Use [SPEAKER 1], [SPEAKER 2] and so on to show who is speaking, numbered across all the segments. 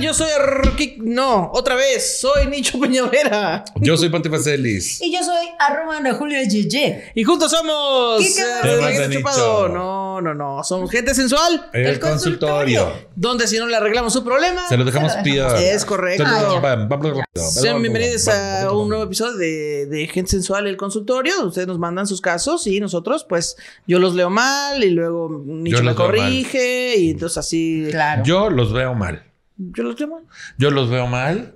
[SPEAKER 1] yo soy Arqui- No, otra vez, soy Nicho Peñavera.
[SPEAKER 2] Yo soy Panty Facelis.
[SPEAKER 3] Y yo soy arroba Ana Julia Yeye.
[SPEAKER 1] Y juntos somos.
[SPEAKER 3] ¿Qué
[SPEAKER 1] eh,
[SPEAKER 2] Temas
[SPEAKER 1] Reguete
[SPEAKER 2] de Nicho.
[SPEAKER 1] Chupado. No, no, no. Somos gente sensual.
[SPEAKER 2] El,
[SPEAKER 3] El
[SPEAKER 2] consultorio.
[SPEAKER 3] consultorio.
[SPEAKER 1] Donde si no le arreglamos su problema.
[SPEAKER 2] Se lo dejamos pidar.
[SPEAKER 1] Es correcto. Sean
[SPEAKER 2] Sean
[SPEAKER 1] bienvenidos a un nuevo episodio de, de Gente Sensual, el consultorio. Ustedes nos mandan sus casos y nosotros, pues, yo los leo mal y luego Nicho me
[SPEAKER 2] los leo mal.
[SPEAKER 1] corrige y entonces así.
[SPEAKER 3] Claro.
[SPEAKER 2] Yo los veo mal.
[SPEAKER 1] Yo los leo mal.
[SPEAKER 2] Yo los veo mal.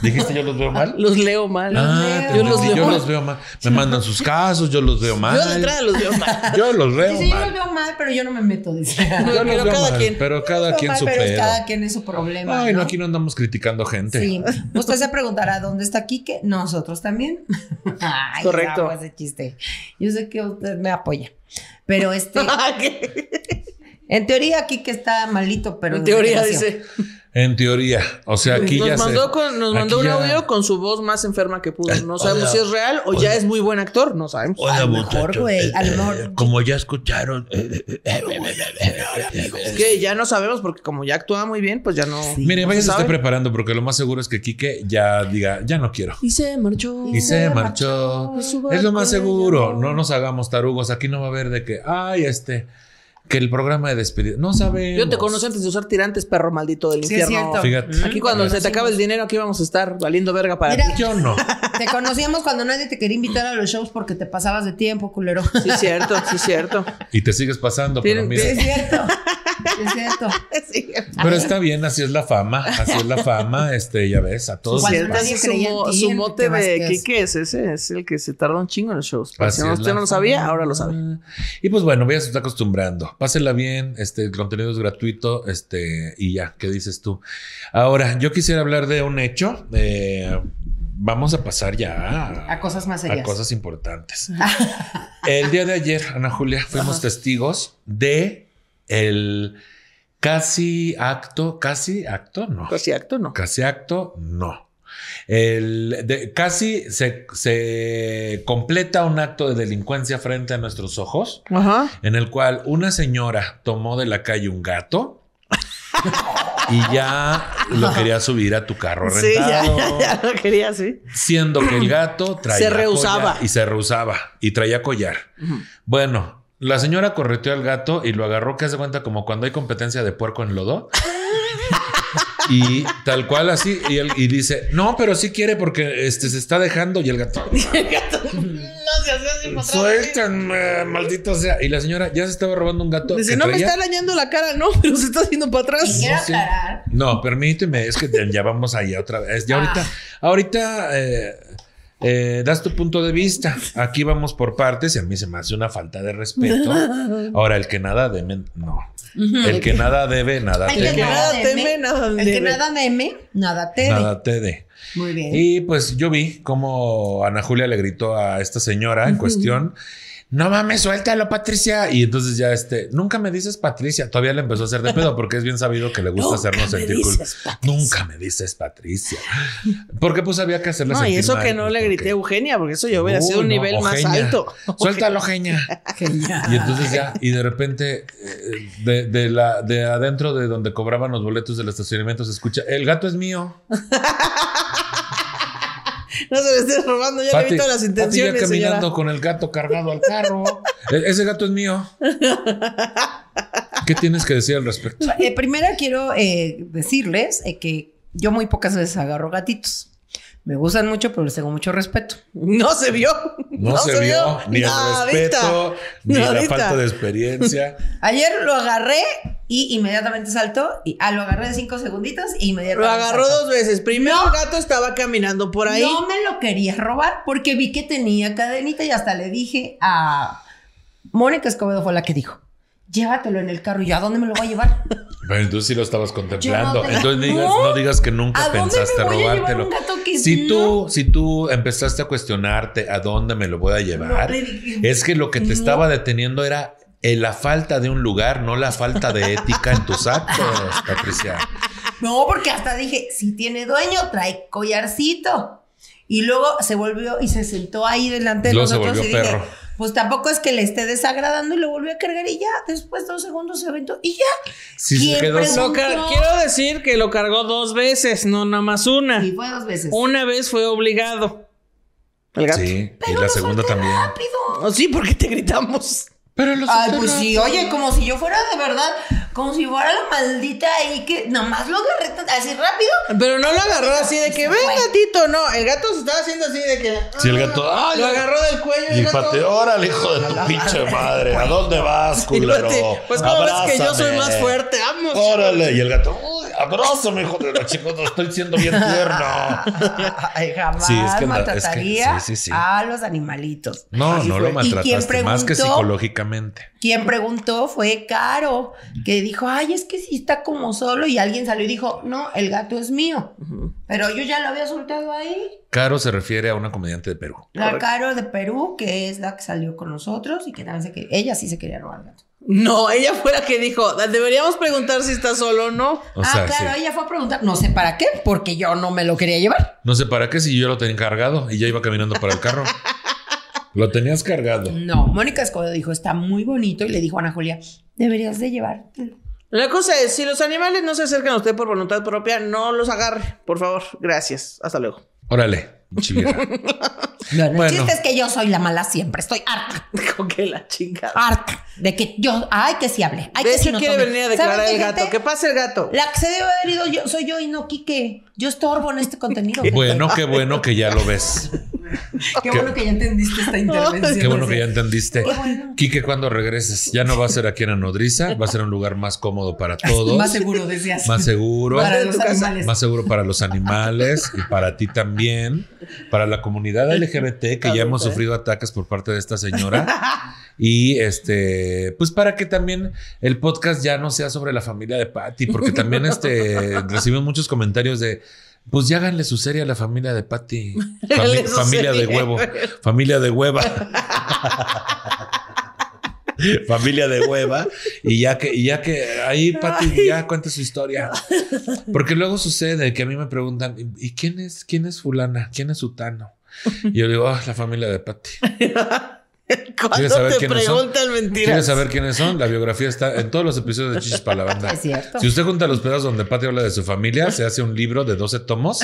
[SPEAKER 2] ¿Dijiste yo los veo mal?
[SPEAKER 1] Los leo mal.
[SPEAKER 2] Ah,
[SPEAKER 1] yo
[SPEAKER 2] te
[SPEAKER 1] los
[SPEAKER 2] entendí.
[SPEAKER 1] leo
[SPEAKER 2] yo
[SPEAKER 1] mal.
[SPEAKER 2] los veo mal. Me mandan sus casos, yo los veo mal.
[SPEAKER 1] Yo de entrada los leo mal.
[SPEAKER 2] Yo los veo
[SPEAKER 3] Dice, yo lo
[SPEAKER 2] mal.
[SPEAKER 3] veo mal, pero yo no me meto. Dice.
[SPEAKER 2] Yo los
[SPEAKER 1] Pero
[SPEAKER 2] veo
[SPEAKER 1] cada
[SPEAKER 2] mal,
[SPEAKER 1] quien.
[SPEAKER 2] pero cada
[SPEAKER 3] Lo
[SPEAKER 2] quien
[SPEAKER 3] mal,
[SPEAKER 2] su
[SPEAKER 3] pero es
[SPEAKER 2] pedo.
[SPEAKER 3] cada quien es su problema.
[SPEAKER 2] Ay, no,
[SPEAKER 3] ¿no?
[SPEAKER 2] aquí no andamos criticando gente.
[SPEAKER 3] Sí. Usted se preguntará dónde está Quique. Nosotros también. Ay,
[SPEAKER 1] Correcto.
[SPEAKER 3] esa fue ese chiste. Yo sé que usted me apoya. Pero este,
[SPEAKER 1] Ah,
[SPEAKER 3] en teoría Quique está malito, pero
[SPEAKER 1] en
[SPEAKER 3] desde que
[SPEAKER 1] teoría
[SPEAKER 3] nació.
[SPEAKER 1] dice.
[SPEAKER 2] En teoría. O sea, aquí ya
[SPEAKER 1] Nos mandó,
[SPEAKER 2] se...
[SPEAKER 1] con- nos
[SPEAKER 2] aquí
[SPEAKER 1] mandó un
[SPEAKER 2] ya-
[SPEAKER 1] audio con su voz más enferma que pudo. No sabemos
[SPEAKER 2] Hola.
[SPEAKER 1] si es real o ya es muy buen actor. No sabemos.
[SPEAKER 3] A lo mejor, güey, a lo mejor.
[SPEAKER 2] Eh, como ya escucharon. eh,
[SPEAKER 1] Es que ya no sabemos porque como ya actúa muy bien, pues ya no.
[SPEAKER 2] Mire, este
[SPEAKER 1] no
[SPEAKER 2] vaya,
[SPEAKER 1] se
[SPEAKER 2] se esté
[SPEAKER 1] sabe.
[SPEAKER 2] preparando porque lo más seguro es que Quique ya diga, ya no quiero.
[SPEAKER 1] Y se marchó.
[SPEAKER 2] Y se marchó. Es lo más seguro. No nos hagamos tarugos. Aquí no va a haber de que, ay, este, que el programa de despedida. No sabemos.
[SPEAKER 1] Yo te conocí antes de usar tirantes, perro maldito del
[SPEAKER 3] Sí, es
[SPEAKER 1] infierno.
[SPEAKER 3] cierto.
[SPEAKER 2] Fíjate.
[SPEAKER 1] Aquí cuando se te acaba el dinero, aquí vamos a estar valiendo verga para
[SPEAKER 3] Mira.
[SPEAKER 1] ti.
[SPEAKER 2] Yo no.
[SPEAKER 3] Te conocíamos cuando nadie te quería invitar a los shows porque te pasabas de tiempo, culero.
[SPEAKER 1] Sí, es cierto, sí, es cierto.
[SPEAKER 2] Y te sigues pasando, pero
[SPEAKER 1] Tienen-
[SPEAKER 2] mira.
[SPEAKER 3] Sí, es cierto. Sí, Es cierto.
[SPEAKER 1] Sí.
[SPEAKER 2] Pero está bien, así es la fama. Así es la fama. Este, ya ves, a todos.
[SPEAKER 1] Sí,
[SPEAKER 2] les
[SPEAKER 1] cierto,
[SPEAKER 3] Cuando
[SPEAKER 2] pasa.
[SPEAKER 3] nadie
[SPEAKER 1] sí, su,
[SPEAKER 3] creía en
[SPEAKER 1] mo-
[SPEAKER 3] ti,
[SPEAKER 1] su
[SPEAKER 3] en que
[SPEAKER 1] mote
[SPEAKER 3] te
[SPEAKER 1] de
[SPEAKER 3] vasqueas.
[SPEAKER 1] Quique es ese, es el que se tarda un chingo en los shows.
[SPEAKER 2] Así
[SPEAKER 1] Si no,
[SPEAKER 2] es
[SPEAKER 1] usted
[SPEAKER 2] la
[SPEAKER 1] no lo sabía,
[SPEAKER 2] fama.
[SPEAKER 1] ahora lo sabe.
[SPEAKER 2] Y pues bueno, ya se está acostumbrando. Pásela bien, este el contenido es gratuito, este, y ya, ¿qué dices tú? Ahora, yo quisiera hablar de un hecho. eh, vamos a pasar ya
[SPEAKER 3] A cosas más serias.
[SPEAKER 2] a cosas importantes. el día de ayer, Ana Julia, fuimos testigos de el casi acto, casi acto, no.
[SPEAKER 1] Pues cierto, no.
[SPEAKER 2] Casi acto, no. El de- casi se, se completa un acto de delincuencia frente a nuestros ojos,
[SPEAKER 1] Ajá.
[SPEAKER 2] en el cual una señora tomó de la calle un gato y ya lo quería subir a tu carro
[SPEAKER 1] Sí, ya,
[SPEAKER 2] rentado,
[SPEAKER 1] ya lo quería, sí.
[SPEAKER 2] siendo que el gato traía
[SPEAKER 1] Se rehusaba.
[SPEAKER 2] collar y se rehusaba y traía collar. Bueno, la señora correteó al gato y lo agarró, que hace cuenta como cuando hay competencia de puerco en lodo. y tal cual así. Y, él, y dice, no, pero sí quiere porque este, se está dejando. Y el gato,
[SPEAKER 1] No se hacía así
[SPEAKER 2] suéltame, maldito sea. Y la señora ya se estaba robando un gato.
[SPEAKER 1] Dice,
[SPEAKER 2] que
[SPEAKER 1] no me
[SPEAKER 2] traía-
[SPEAKER 1] está arañando la cara, no, pero se está haciendo para atrás.
[SPEAKER 3] Quiero
[SPEAKER 2] Sí.
[SPEAKER 3] aclarar.
[SPEAKER 2] No, permíteme, es que te- ya vamos allá otra vez. Ya ahorita,
[SPEAKER 1] Ah.
[SPEAKER 2] ahorita eh, eh, das tu punto de vista. Aquí vamos por partes y a mí se me hace una falta de respeto. Ahora, el que nada debe, no. El que nada debe, nada
[SPEAKER 3] El que
[SPEAKER 2] teme.
[SPEAKER 1] nada teme,
[SPEAKER 3] deme.
[SPEAKER 1] nada
[SPEAKER 3] El que
[SPEAKER 1] debe.
[SPEAKER 3] nada meme, nada te
[SPEAKER 2] Nada te dé.
[SPEAKER 3] Muy bien.
[SPEAKER 2] Y pues yo vi cómo Ana Julia le gritó a esta señora en cuestión. No mames, suéltalo, Patricia. Y entonces ya este, nunca me dices Patricia. Todavía le empezó a hacer de pedo porque es bien sabido que le gusta
[SPEAKER 1] Nunca
[SPEAKER 2] hacernos
[SPEAKER 1] me
[SPEAKER 2] sentir culpa.
[SPEAKER 1] dices
[SPEAKER 2] Nunca me dices Patricia. Porque pues había que hacerle
[SPEAKER 1] No,
[SPEAKER 2] sentir
[SPEAKER 1] y eso
[SPEAKER 2] mal,
[SPEAKER 1] que no le
[SPEAKER 2] porque-
[SPEAKER 1] grité a Eugenia, porque eso yo hubiera sido
[SPEAKER 2] Uy,
[SPEAKER 1] un
[SPEAKER 2] no,
[SPEAKER 1] nivel más
[SPEAKER 2] Eugenia.
[SPEAKER 1] alto.
[SPEAKER 2] Suéltalo, Genia.
[SPEAKER 3] Genial.
[SPEAKER 2] Y entonces ya, y de repente, eh, de, de la, de adentro de donde cobraban los boletos del estacionamiento, se escucha: El gato es mío.
[SPEAKER 1] No se le estés robando, ya le vi
[SPEAKER 2] Pati-
[SPEAKER 1] todas las
[SPEAKER 2] Pati
[SPEAKER 1] intenciones,
[SPEAKER 2] ya caminando
[SPEAKER 1] señora.
[SPEAKER 2] con el gato cargado al carro. E- Ese gato es mío. ¿Qué tienes que decir al respecto?
[SPEAKER 3] Eh, primero quiero eh, decirles eh, que yo muy pocas veces agarro gatitos. Me gustan mucho, pero les tengo mucho respeto.
[SPEAKER 1] No se vio.
[SPEAKER 2] No, se, vio ni el
[SPEAKER 1] Nadita.
[SPEAKER 2] respeto, ni la
[SPEAKER 1] Nadita.
[SPEAKER 2] falta de experiencia.
[SPEAKER 3] Ayer lo agarré y inmediatamente saltó. Y, ah, lo agarré de cinco segunditos y
[SPEAKER 1] Lo
[SPEAKER 3] inmediatamente
[SPEAKER 1] agarró
[SPEAKER 3] saltó.
[SPEAKER 1] dos veces. Primero
[SPEAKER 3] No.
[SPEAKER 1] el gato estaba caminando por ahí.
[SPEAKER 3] No me lo quería robar porque vi que tenía cadenita y hasta le dije a Mónica Escobedo fue la que dijo, llévatelo en el carro. ¿Y yo a dónde me lo voy a llevar?
[SPEAKER 2] Pero entonces sí lo estabas contemplando.
[SPEAKER 3] Yo no te-
[SPEAKER 2] Entonces digas,
[SPEAKER 3] No.
[SPEAKER 2] no digas que nunca
[SPEAKER 3] ¿A dónde me
[SPEAKER 2] pensaste
[SPEAKER 3] voy a llevar
[SPEAKER 2] robártelo.
[SPEAKER 3] un gato que
[SPEAKER 2] si
[SPEAKER 3] no?
[SPEAKER 2] tú, si tú empezaste a cuestionarte a dónde me lo voy a llevar,
[SPEAKER 3] le dije,
[SPEAKER 2] es que lo que te estaba deteniendo era eh, la falta de un lugar, no la falta de ética en tus actos, Patricia.
[SPEAKER 3] ah, No, porque hasta dije, si tiene dueño, trae collarcito. Y luego se volvió y se sentó ahí delante de
[SPEAKER 2] Luego se
[SPEAKER 3] nosotros
[SPEAKER 2] volvió
[SPEAKER 3] y dije,
[SPEAKER 2] perro.
[SPEAKER 3] pues tampoco es que le esté desagradando y lo volvió a cargar y ya, después dos segundos se aventó y ya.
[SPEAKER 2] Sí, se
[SPEAKER 3] ¿Quién
[SPEAKER 2] quedó así.
[SPEAKER 1] Lo car-
[SPEAKER 3] No.
[SPEAKER 1] Quiero decir que lo cargó dos veces, no nada más una.
[SPEAKER 3] Y fue dos veces.
[SPEAKER 1] Una vez fue obligado. El gato. Sí,
[SPEAKER 2] Sí, y la
[SPEAKER 3] lo
[SPEAKER 2] segunda
[SPEAKER 3] solté
[SPEAKER 2] también.
[SPEAKER 3] rápido.
[SPEAKER 1] sí porque te gritamos.
[SPEAKER 2] Pero los
[SPEAKER 3] Ay, pues sí, oye, como si yo fuera de verdad, como si fuera la maldita ahí que nada más lo agarré tan- así rápido.
[SPEAKER 1] Pero no lo agarró así de que,
[SPEAKER 3] Se
[SPEAKER 1] ven
[SPEAKER 3] fue.
[SPEAKER 1] gatito, no. El gato se estaba haciendo así de que... "Ah",
[SPEAKER 2] Sí, eh. el gato, ay,
[SPEAKER 1] lo agarró del cuello
[SPEAKER 2] Y
[SPEAKER 1] el gato.
[SPEAKER 2] pateó, órale, hijo de tu pinche madre. ¿A dónde vas,
[SPEAKER 1] Y
[SPEAKER 2] culero?
[SPEAKER 1] pate- Pues como ves que yo soy
[SPEAKER 2] Abrázame.
[SPEAKER 1] más fuerte, vamos.
[SPEAKER 2] Órale, y el gato, uy, abrázame, hijo de la chica, no estoy siendo bien tierno.
[SPEAKER 3] Ay, jamás
[SPEAKER 2] Sí, es que la- es que-
[SPEAKER 3] maltrataría
[SPEAKER 2] sí, sí, sí.
[SPEAKER 3] a los animalitos.
[SPEAKER 2] No,
[SPEAKER 3] Así
[SPEAKER 2] no
[SPEAKER 3] fue.
[SPEAKER 2] lo
[SPEAKER 3] ¿Y quién
[SPEAKER 2] maltrataste, más que
[SPEAKER 3] preguntó?
[SPEAKER 2] psicológicamente.
[SPEAKER 3] Quien preguntó fue Caro, que dijo, ay, es que sí está como solo. Y alguien salió y dijo, no, el gato es mío. Pero yo ya lo había soltado ahí.
[SPEAKER 2] Caro se refiere a una comediante de Perú.
[SPEAKER 3] La Caro de Perú, que es la que salió con nosotros y que también se quería, ella sí se quería robar el gato.
[SPEAKER 1] No, ella fue la que dijo, deberíamos preguntar si está solo o no.
[SPEAKER 2] O
[SPEAKER 3] ah,
[SPEAKER 2] sea,
[SPEAKER 3] claro,
[SPEAKER 2] sí.
[SPEAKER 3] ella fue a preguntar, no sé para qué, porque yo no me lo quería llevar.
[SPEAKER 2] no sé para qué si yo lo tenía cargado y ya iba caminando para el carro. lo tenías cargado.
[SPEAKER 3] No, Mónica Escobedo dijo, está muy bonito y le dijo a Ana Julia, deberías de llevártelo.
[SPEAKER 1] La cosa es, si los animales no se acercan a usted por voluntad propia, no los agarre, por favor. Gracias. Hasta luego.
[SPEAKER 2] Órale, pinche vieja.
[SPEAKER 3] El
[SPEAKER 2] bueno,
[SPEAKER 3] chiste es que yo soy la mala siempre, estoy harta.
[SPEAKER 1] Con que la chingada.
[SPEAKER 3] harta de que yo, ay, que sí hablé. Ay,
[SPEAKER 1] de
[SPEAKER 3] que sí
[SPEAKER 1] hecho,
[SPEAKER 3] no
[SPEAKER 1] quiere
[SPEAKER 3] tomé.
[SPEAKER 1] venir a
[SPEAKER 3] ¿Saben
[SPEAKER 1] declarar
[SPEAKER 3] qué,
[SPEAKER 1] el gato.
[SPEAKER 3] gente?
[SPEAKER 1] Que pase el gato.
[SPEAKER 3] La que se debe haber ido yo, soy yo y no Quique. Yo estorbo en este contenido. gente.
[SPEAKER 2] bueno, qué bueno que ya lo ves.
[SPEAKER 3] Qué bueno que ya entendiste esta intervención.
[SPEAKER 2] Qué bueno que ya entendiste.
[SPEAKER 3] Qué bueno.
[SPEAKER 2] Quique, cuando regreses, ya no va a ser aquí en Anodriza, va a ser un lugar más cómodo para todos,
[SPEAKER 3] Más
[SPEAKER 2] más,
[SPEAKER 3] seguro, decías.
[SPEAKER 2] seguro,
[SPEAKER 3] para
[SPEAKER 1] en
[SPEAKER 3] los
[SPEAKER 1] tu casa.
[SPEAKER 3] animales.
[SPEAKER 2] más seguro para los animales y para ti también, para la comunidad LGBT que ya hemos
[SPEAKER 1] Adulta, ¿eh?
[SPEAKER 2] sufrido ataques por parte de esta señora y este, pues para que también el podcast ya no sea sobre la familia de Patty, porque también este reciben muchos comentarios de pues ya háganle su serie a la familia de Patty, Fami-
[SPEAKER 1] Háganle su
[SPEAKER 2] familia de
[SPEAKER 1] serie.
[SPEAKER 2] huevo, familia de hueva. familia de hueva y ya que y ya que ahí Pati ya cuenta su historia porque luego sucede que a mí me preguntan "¿Y- y quién es quién es fulana quién es sutano y yo digo "Ah, la familia de Pati ¿Quieres
[SPEAKER 1] Cuando
[SPEAKER 2] saber
[SPEAKER 1] te
[SPEAKER 2] quiénes son?
[SPEAKER 1] preguntan mentiras.
[SPEAKER 2] quieres saber quiénes son la biografía está en todos los episodios de Chichis para la banda
[SPEAKER 3] Es cierto.
[SPEAKER 2] si usted junta los pedazos donde Pati habla de su familia se hace un libro de 12 tomos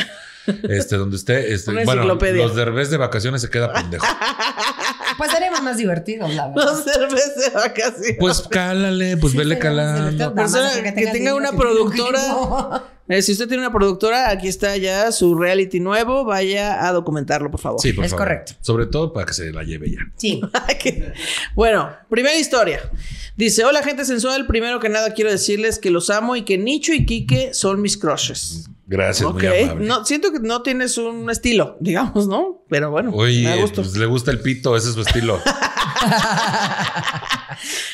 [SPEAKER 2] este donde usted este,
[SPEAKER 1] Una
[SPEAKER 2] bueno
[SPEAKER 1] enciclopedia.
[SPEAKER 2] los derbés de vacaciones se queda pendejo
[SPEAKER 3] Pues seremos más divertidos, la verdad.
[SPEAKER 1] No cerveza de vacaciones.
[SPEAKER 2] pues cálale pues vele calando
[SPEAKER 1] Persona Pues que tenga una productora. Eh, si usted tiene una productora, aquí está ya su reality nuevo. Vaya a documentarlo, por favor.
[SPEAKER 2] Sí, por
[SPEAKER 3] Es
[SPEAKER 2] favor.
[SPEAKER 3] correcto.
[SPEAKER 2] Sobre todo para que se la lleve ya.
[SPEAKER 3] Sí.
[SPEAKER 1] Que- bueno, primera historia. Dice, hola gente sensual, primero que nada quiero decirles que los amo y que Nicho y Quique son mis crushes.
[SPEAKER 2] Gracias,
[SPEAKER 1] Ok,
[SPEAKER 2] muy amable.
[SPEAKER 1] no, siento que no tienes un estilo, digamos, ¿no? Pero bueno, me da
[SPEAKER 2] Oye,
[SPEAKER 1] gusto.
[SPEAKER 2] pues le gusta el pito, ese es su estilo.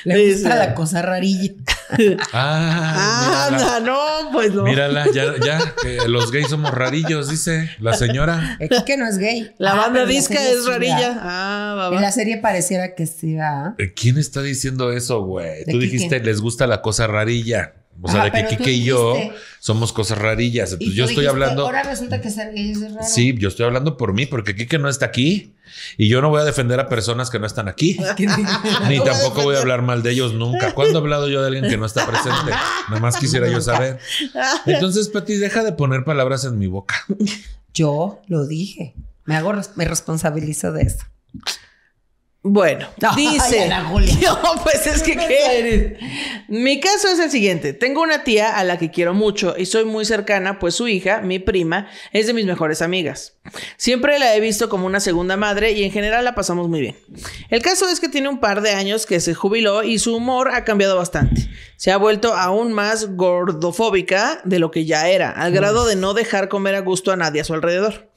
[SPEAKER 3] Le gusta
[SPEAKER 1] Dice-
[SPEAKER 3] la cosa rarilla.
[SPEAKER 2] Ah, mírala.
[SPEAKER 1] Anda, no, pues no.
[SPEAKER 2] Mírala, ya, ya, que los gays somos rarillos, dice la señora.
[SPEAKER 3] El Eh, Quique no es gay.
[SPEAKER 1] La
[SPEAKER 3] Ah,
[SPEAKER 1] banda
[SPEAKER 3] pero en la
[SPEAKER 1] disca
[SPEAKER 3] serie
[SPEAKER 1] es
[SPEAKER 3] sí,
[SPEAKER 1] rarilla.
[SPEAKER 3] ¿verdad?
[SPEAKER 1] Ah, va,
[SPEAKER 3] En
[SPEAKER 1] va.
[SPEAKER 3] la serie pareciera que sí, ¿ah? ¿verdad?
[SPEAKER 2] Eh, ¿Quién está diciendo eso, güey?
[SPEAKER 3] ¿De
[SPEAKER 2] Tú
[SPEAKER 3] Quique?
[SPEAKER 2] dijiste, les gusta la cosa rarilla. O sea,
[SPEAKER 3] Ajá,
[SPEAKER 2] de que
[SPEAKER 3] pero tú
[SPEAKER 2] Kike y yo
[SPEAKER 3] dijiste-
[SPEAKER 2] somos cosas rarillas.
[SPEAKER 3] Y
[SPEAKER 2] Entonces,
[SPEAKER 3] tú
[SPEAKER 2] yo estoy
[SPEAKER 3] dijiste,
[SPEAKER 2] hablando.
[SPEAKER 3] Ahora resulta que ser gay es raro.
[SPEAKER 2] Sí, yo estoy hablando por mí, porque Kike no está aquí y yo no voy a defender a personas que no están aquí. Ni tampoco voy a hablar mal de ellos nunca. ¿Cuándo he hablado yo de alguien que no está presente? Nada más quisiera yo saber. Entonces, Pati, deja de poner palabras en mi boca.
[SPEAKER 3] Yo lo dije. Me hago, res- me responsabilizo de eso.
[SPEAKER 1] Bueno,
[SPEAKER 3] Ay,
[SPEAKER 1] dice.
[SPEAKER 3] Ana Julia.
[SPEAKER 1] No, pues es que qué. Mi caso es el siguiente. Tengo una tía a la que quiero mucho y soy muy cercana, pues su hija, mi prima, es de mis mejores amigas. Siempre la he visto como una segunda madre y en general la pasamos muy bien. El caso es que tiene un par de años que se jubiló y su humor ha cambiado bastante. Se ha vuelto aún más gordofóbica de lo que ya era, al grado de no dejar comer a gusto a nadie a su alrededor.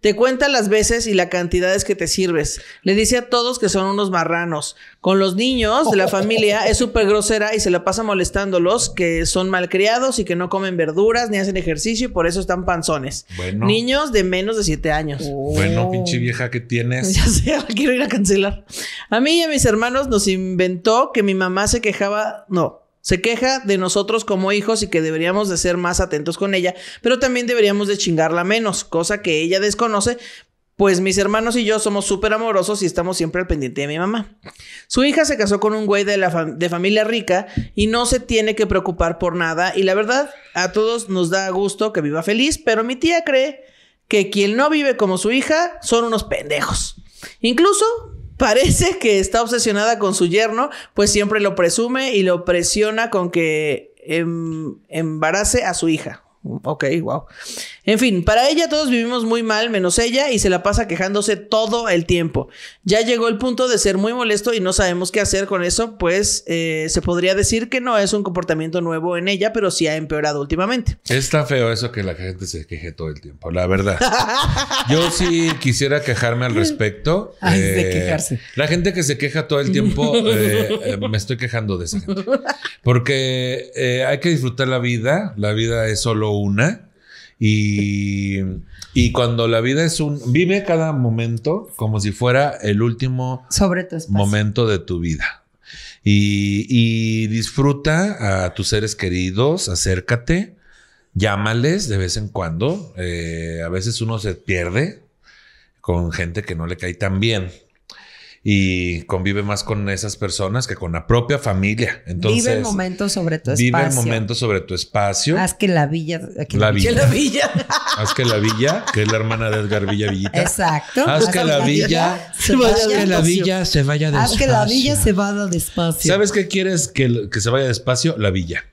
[SPEAKER 1] Te cuenta las veces y las cantidades que te sirves. Le dice a todos que son unos marranos. Con los niños de la familia es súper grosera y se la pasa molestándolos, que son malcriados y que no comen verduras ni hacen ejercicio y por eso están panzones.
[SPEAKER 2] Bueno.
[SPEAKER 1] Niños de menos de 7 años.
[SPEAKER 2] Bueno, pinche vieja que tienes.
[SPEAKER 1] Ya sé, la quiero ir a cancelar. A mí y a mis hermanos nos inventó que mi mamá se quejaba, no, se queja de nosotros como hijos y que deberíamos de ser más atentos con ella, pero también deberíamos de chingarla menos, cosa que ella desconoce. pues mis hermanos y yo somos súper amorosos y estamos siempre al pendiente de mi mamá. Su hija se casó con un güey de, la fam- de familia rica y no se tiene que preocupar por nada y la verdad a todos nos da gusto que viva feliz, pero mi tía cree que quien no vive como su hija son unos pendejos. Incluso parece que está obsesionada con su yerno, pues siempre lo presume y lo presiona con que em, embarace a su hija. Ok, wow. En fin, para ella todos vivimos muy mal, menos ella, y se la pasa quejándose todo el tiempo. Ya llegó el punto de ser muy molesto y no sabemos qué hacer con eso, pues eh, se podría decir que no es un comportamiento nuevo en ella, pero sí ha empeorado últimamente.
[SPEAKER 2] Está feo eso que la gente se queje todo el tiempo, la verdad. Yo sí quisiera quejarme al respecto. eh,
[SPEAKER 3] Ay, de quejarse.
[SPEAKER 2] La gente que se queja todo el tiempo, eh, eh, me estoy quejando de esa gente. Porque eh, hay que disfrutar la vida, la vida es solo una. Y, y cuando la vida es un... Vive cada momento como si fuera el último
[SPEAKER 3] Sobre tu espacio.
[SPEAKER 2] momento de tu vida. Y, y disfruta a tus seres queridos, acércate, llámales de vez en cuando. Eh, a veces uno se pierde con gente que no le cae tan bien y convive más con esas personas que con la propia familia. Entonces,
[SPEAKER 3] vive el momento sobre tu
[SPEAKER 2] vive el
[SPEAKER 3] espacio.
[SPEAKER 2] momento sobre tu espacio.
[SPEAKER 3] Haz que la villa. que
[SPEAKER 2] La villa.
[SPEAKER 1] Que la villa.
[SPEAKER 2] Haz que la villa, que es la hermana de Edgar Villa Villita,
[SPEAKER 3] Exacto.
[SPEAKER 2] Haz que la villa-
[SPEAKER 3] se
[SPEAKER 1] Haz
[SPEAKER 3] vaya
[SPEAKER 1] que la
[SPEAKER 3] despacio.
[SPEAKER 1] villa
[SPEAKER 2] se vaya
[SPEAKER 3] Haz que la villa se vaya despacio.
[SPEAKER 2] ¿Sabes qué quieres que, que se vaya despacio? La villa.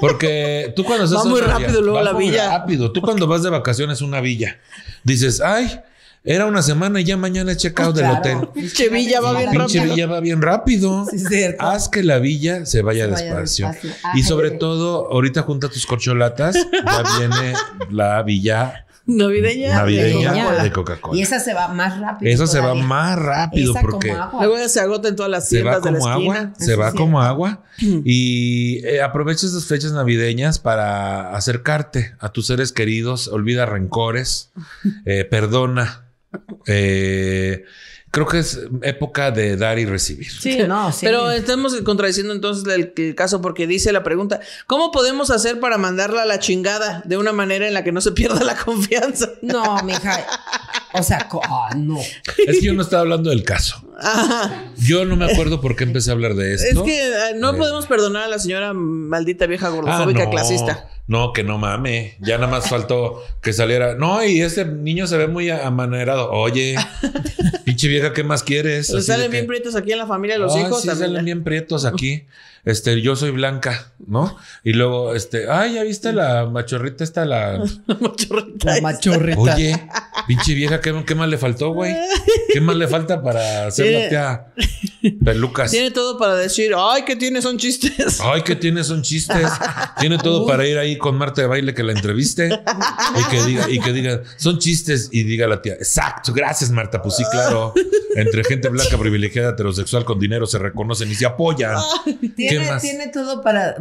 [SPEAKER 2] Porque tú cuando estás
[SPEAKER 1] Va
[SPEAKER 2] en
[SPEAKER 1] muy
[SPEAKER 2] una
[SPEAKER 1] rápido luego
[SPEAKER 2] va
[SPEAKER 1] la
[SPEAKER 2] muy
[SPEAKER 1] villa.
[SPEAKER 2] rápido. Tú cuando vas de vacaciones a una villa, dices, ay, era una semana y ya mañana he checado del
[SPEAKER 3] Ah, Oh, Claro.
[SPEAKER 2] hotel.
[SPEAKER 1] Pinche villa va
[SPEAKER 2] La
[SPEAKER 1] bien
[SPEAKER 2] pinche
[SPEAKER 1] rápido.
[SPEAKER 2] villa va bien rápido.
[SPEAKER 3] Sí, es cierto.
[SPEAKER 2] Haz que la villa se vaya,
[SPEAKER 3] Se vaya
[SPEAKER 2] despacio.
[SPEAKER 3] despacio.
[SPEAKER 2] Y
[SPEAKER 3] Ay,
[SPEAKER 2] sobre
[SPEAKER 3] sí.
[SPEAKER 2] todo, ahorita junta tus corcholatas, ya viene la villa
[SPEAKER 1] Navideña.
[SPEAKER 2] navideña
[SPEAKER 3] de Coca-Cola.
[SPEAKER 2] de Coca-Cola.
[SPEAKER 3] Y esa se va más rápido.
[SPEAKER 2] Esa se va
[SPEAKER 3] todavía.
[SPEAKER 2] más rápido
[SPEAKER 3] Esa
[SPEAKER 2] porque...
[SPEAKER 3] como agua.
[SPEAKER 1] Luego ya se agota en todas las
[SPEAKER 2] se va
[SPEAKER 1] tiendas de la
[SPEAKER 2] como agua,
[SPEAKER 1] esquina.
[SPEAKER 2] se
[SPEAKER 3] Eso
[SPEAKER 2] va
[SPEAKER 3] es
[SPEAKER 2] como agua y eh, aprovecha esas fechas navideñas para acercarte a tus seres queridos, olvida rencores, eh, perdona. Eh, creo que es época de dar y recibir.
[SPEAKER 3] Sí, no, sí.
[SPEAKER 1] Pero estamos contradiciendo entonces el, el caso porque dice la pregunta, ¿cómo podemos hacer para mandarla a la chingada de una manera en la que no se pierda la confianza?
[SPEAKER 3] No, mija. O sea, co- ah, no.
[SPEAKER 2] Es que yo no estaba hablando del caso.
[SPEAKER 1] Ajá.
[SPEAKER 2] Yo no me acuerdo por qué empecé a hablar de
[SPEAKER 1] es
[SPEAKER 2] esto.
[SPEAKER 1] que eh, no
[SPEAKER 2] Eh.
[SPEAKER 1] podemos perdonar a la señora maldita vieja
[SPEAKER 2] Ah,
[SPEAKER 1] gordofóbica
[SPEAKER 2] no.
[SPEAKER 1] clasista.
[SPEAKER 2] No, que no mame. Ya nada más faltó que saliera. No, y este niño se ve muy amanerado. Oye, pinche vieja, ¿qué más quieres?
[SPEAKER 1] Le
[SPEAKER 2] Así de
[SPEAKER 1] salen bien
[SPEAKER 2] que-
[SPEAKER 1] prietos aquí en la familia de los
[SPEAKER 2] Ay,
[SPEAKER 1] hijos
[SPEAKER 2] Ah, sí,
[SPEAKER 1] también.
[SPEAKER 2] salen bien prietos aquí. Este, yo soy blanca, ¿no? Y luego, este, ay, ya viste la machorrita esta, la.
[SPEAKER 1] Machorrita
[SPEAKER 3] La
[SPEAKER 1] esta.
[SPEAKER 3] machorrita.
[SPEAKER 2] Oye, pinche vieja, ¿qué, qué más le faltó, güey? ¿Qué más le falta para hacer la tía pelucas?
[SPEAKER 1] Tiene todo para decir, ay, que tiene son chistes.
[SPEAKER 2] Ay, que tiene son chistes. Tiene todo para ir ahí con Marta de baile que la entreviste y que diga, y que diga, son chistes y diga la tía, exacto, gracias Marta, pues sí, claro. Entre gente blanca, privilegiada, heterosexual, con dinero se reconocen y se apoyan.
[SPEAKER 3] Tiene,
[SPEAKER 2] ¿Qué más?
[SPEAKER 3] tiene todo para.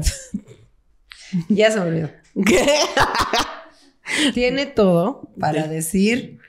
[SPEAKER 3] ya se me olvidó.
[SPEAKER 1] ¿Qué?
[SPEAKER 3] Tiene todo para decir.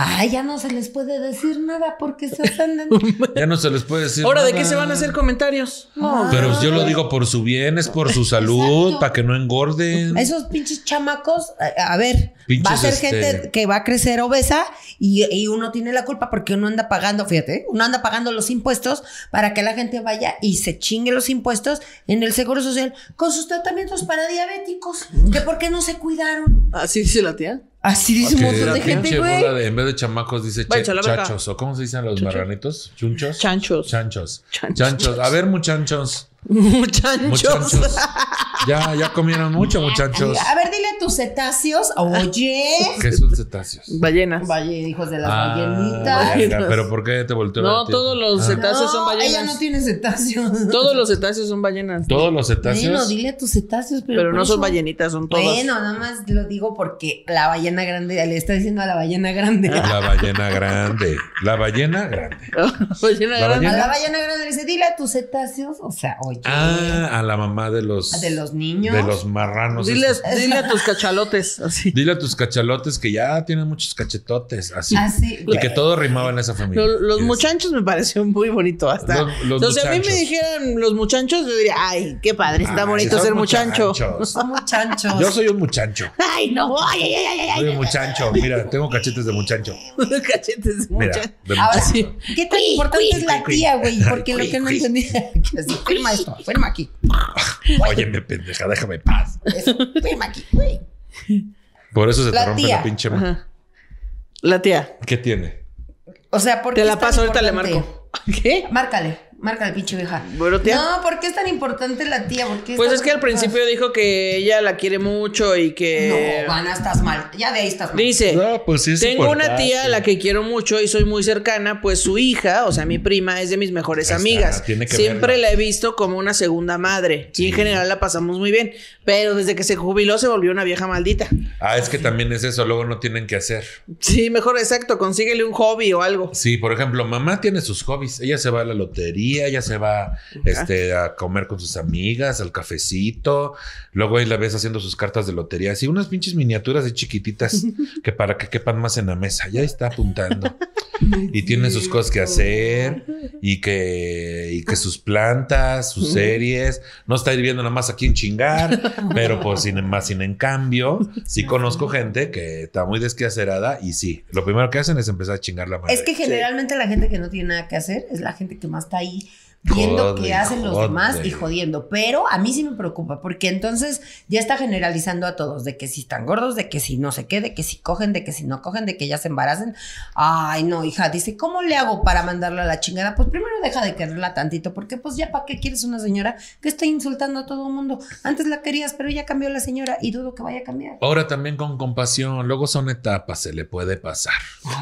[SPEAKER 3] Ay, ya no se les puede decir nada porque se ofenden.
[SPEAKER 2] Ya no se les puede decir.
[SPEAKER 1] Ahora, ¿de
[SPEAKER 2] nada.
[SPEAKER 1] qué se van a hacer comentarios? Ah.
[SPEAKER 3] No.
[SPEAKER 2] Pero yo lo digo por su bien, es por su salud,
[SPEAKER 3] Exacto.
[SPEAKER 2] para que no engorden.
[SPEAKER 3] Esos pinches chamacos, a, a ver,
[SPEAKER 2] Pinches,
[SPEAKER 3] va a ser
[SPEAKER 2] este-
[SPEAKER 3] gente que va a crecer obesa y, y uno tiene la culpa porque uno anda pagando, fíjate, ¿eh? uno anda pagando los impuestos para que la gente vaya y se chingue los impuestos en el seguro social con sus tratamientos para diabéticos. ¿De por qué no se cuidaron?
[SPEAKER 1] Así dice Ah, la tía.
[SPEAKER 3] Así dice un
[SPEAKER 2] Que
[SPEAKER 3] montón
[SPEAKER 2] la
[SPEAKER 3] de gente,
[SPEAKER 2] pinche
[SPEAKER 3] güey.
[SPEAKER 2] bola de- en vez de chamacos dice che-
[SPEAKER 1] Váyanse a la verga.
[SPEAKER 2] chachos. ¿O cómo se dicen los marranitos? ¿Chunchos?
[SPEAKER 1] Chanchos.
[SPEAKER 2] Chanchos.
[SPEAKER 1] Chanchos.
[SPEAKER 2] Chanchos. A ver, muchachos.
[SPEAKER 1] Muchachos.
[SPEAKER 2] Muchachos. Ya, ya comieron mucho, muchachos.
[SPEAKER 3] A ver, dile a tus cetáceos, oye.
[SPEAKER 2] ¿Qué son cetáceos?
[SPEAKER 1] Ballenas.
[SPEAKER 3] Vaya, hijos de las
[SPEAKER 2] Ah,
[SPEAKER 3] ballenitas.
[SPEAKER 2] verga, Pero ¿por qué te volteó a
[SPEAKER 1] No,
[SPEAKER 2] ti?
[SPEAKER 1] todos los
[SPEAKER 2] Ah.
[SPEAKER 1] cetáceos son
[SPEAKER 3] No, ella
[SPEAKER 1] ballenas.
[SPEAKER 3] no tiene cetáceos.
[SPEAKER 1] Todos los cetáceos son ballenas.
[SPEAKER 2] Todos los
[SPEAKER 3] Bueno,
[SPEAKER 2] cetáceos.
[SPEAKER 3] dile a tus cetáceos, pero.
[SPEAKER 1] Pero
[SPEAKER 3] por
[SPEAKER 1] no son
[SPEAKER 3] eso-
[SPEAKER 1] ballenitas, son todas.
[SPEAKER 3] Bueno, nada más lo digo porque la ballena grande le está diciendo a la ballena grande. A
[SPEAKER 2] La ballena grande. La ballena grande.
[SPEAKER 1] Ballena
[SPEAKER 2] La
[SPEAKER 1] grande.
[SPEAKER 2] ballena-
[SPEAKER 3] la ballena grande le dice, dile a tus cetáceos, o sea, oye.
[SPEAKER 2] Ah, a la mamá de los.
[SPEAKER 3] De los niños.
[SPEAKER 2] De los marranos.
[SPEAKER 1] Pues, Diles,
[SPEAKER 2] estos.
[SPEAKER 1] dile a tus cachalotes, así.
[SPEAKER 2] Dile a tus cachalotes que ya tienen muchos cachetotes. Así.
[SPEAKER 1] Ah,
[SPEAKER 3] Así.
[SPEAKER 2] Y que
[SPEAKER 3] güey.
[SPEAKER 2] todo rimaba en esa familia. Este,
[SPEAKER 1] Los, los
[SPEAKER 2] Y es-
[SPEAKER 1] muchachos me pareció muy bonito hasta.
[SPEAKER 2] Los- los
[SPEAKER 1] Entonces, a mí me
[SPEAKER 2] muchachos.
[SPEAKER 1] dijeran los muchachos, yo diría, ay, qué padre, está
[SPEAKER 2] Ay,
[SPEAKER 1] bonito
[SPEAKER 2] son
[SPEAKER 1] ser muchacho.
[SPEAKER 2] muchachos.
[SPEAKER 3] Somos chanchos.
[SPEAKER 2] Yo soy un muchacho.
[SPEAKER 1] Ay, no, ay, ay, ay, ay, ay.
[SPEAKER 2] Soy un muchacho. Mira, tengo cachetes de muchacho.
[SPEAKER 1] Los cachetes de
[SPEAKER 2] Mira,
[SPEAKER 1] muchacho.
[SPEAKER 2] de
[SPEAKER 3] Ahora
[SPEAKER 2] muchacho.
[SPEAKER 1] Sí.
[SPEAKER 3] ¿Qué tan importante es la
[SPEAKER 2] cuy.
[SPEAKER 3] tía, güey? Porque lo
[SPEAKER 2] Cuy,
[SPEAKER 3] que no
[SPEAKER 2] cuy.
[SPEAKER 3] entendía. que así, Firma esto, firma aquí.
[SPEAKER 2] Oye, me pendeja, déjame en paz.
[SPEAKER 3] Eso, firma aquí, güey.
[SPEAKER 2] Por eso se
[SPEAKER 3] La
[SPEAKER 2] te rompe
[SPEAKER 3] tía.
[SPEAKER 2] la pinche mano.
[SPEAKER 1] Ajá. La tía.
[SPEAKER 2] ¿Qué tiene?
[SPEAKER 3] O sea, ¿por qué
[SPEAKER 1] Te
[SPEAKER 3] es
[SPEAKER 1] la
[SPEAKER 3] tan
[SPEAKER 1] paso, ahorita le
[SPEAKER 3] importante?
[SPEAKER 1] marco. ¿Qué?
[SPEAKER 3] Márcale, márcale, pinche vieja.
[SPEAKER 1] Bueno, tía.
[SPEAKER 3] No, ¿por qué es tan importante la tía? ¿Por qué
[SPEAKER 1] Pues
[SPEAKER 3] tan-
[SPEAKER 1] es que al principio dijo que ella la quiere mucho y que.
[SPEAKER 3] No, Vanna, estás mal. Ya de ahí estás mal.
[SPEAKER 1] Dice.
[SPEAKER 2] No, pues sí es
[SPEAKER 1] Tengo una
[SPEAKER 2] importante.
[SPEAKER 1] tía a la que quiero mucho y soy muy cercana, pues su hija, o sea, mi prima, es de mis mejores
[SPEAKER 2] Ahí está,
[SPEAKER 1] amigas.
[SPEAKER 2] tiene que
[SPEAKER 1] Siempre
[SPEAKER 2] verlo.
[SPEAKER 1] la he visto como una segunda madre y en general la pasamos muy bien, pero desde que se jubiló se volvió una vieja maldita.
[SPEAKER 2] Ah, es que también es eso, luego no tienen que hacer.
[SPEAKER 1] Sí, mejor exacto, consíguele un hobby o algo.
[SPEAKER 2] Sí, por ejemplo, mamá tiene sus hobbies. Ella se va a la lotería, ella se va este, a comer con sus amigas, al cafecito. Luego ahí la ves haciendo sus cartas de lotería. Así unas pinches miniaturas de chiquititas que para que quepan más en la mesa. Ya está apuntando. Y tiene sus cosas que hacer y que, y que sus plantas, sus series. No está viviendo nada más aquí en chingar, pero pues sin más, sin en cambio, sí conozco gente que está muy desquacerada y sí, lo primero que hacen es empezar a chingar la madre.
[SPEAKER 3] Es que generalmente la gente que no tiene nada que hacer es la gente que más está ahí viendo
[SPEAKER 2] Joder,
[SPEAKER 3] qué hacen los
[SPEAKER 2] joder.
[SPEAKER 3] demás y jodiendo. Pero a mí sí me preocupa porque entonces ya está generalizando a todos de que si están gordos, de que si no sé qué, de que si cogen, de que si no cogen, de que ya se embaracen. Ay, no, hija, dice, ¿cómo le hago para mandarla a la chingada? Pues primero deja de quererla tantito porque pues ya para qué quieres una señora que está insultando a todo el mundo. Antes la querías, pero ya cambió la señora y dudo que vaya a cambiar.
[SPEAKER 2] Ahora también con compasión, luego son etapas, se le puede pasar.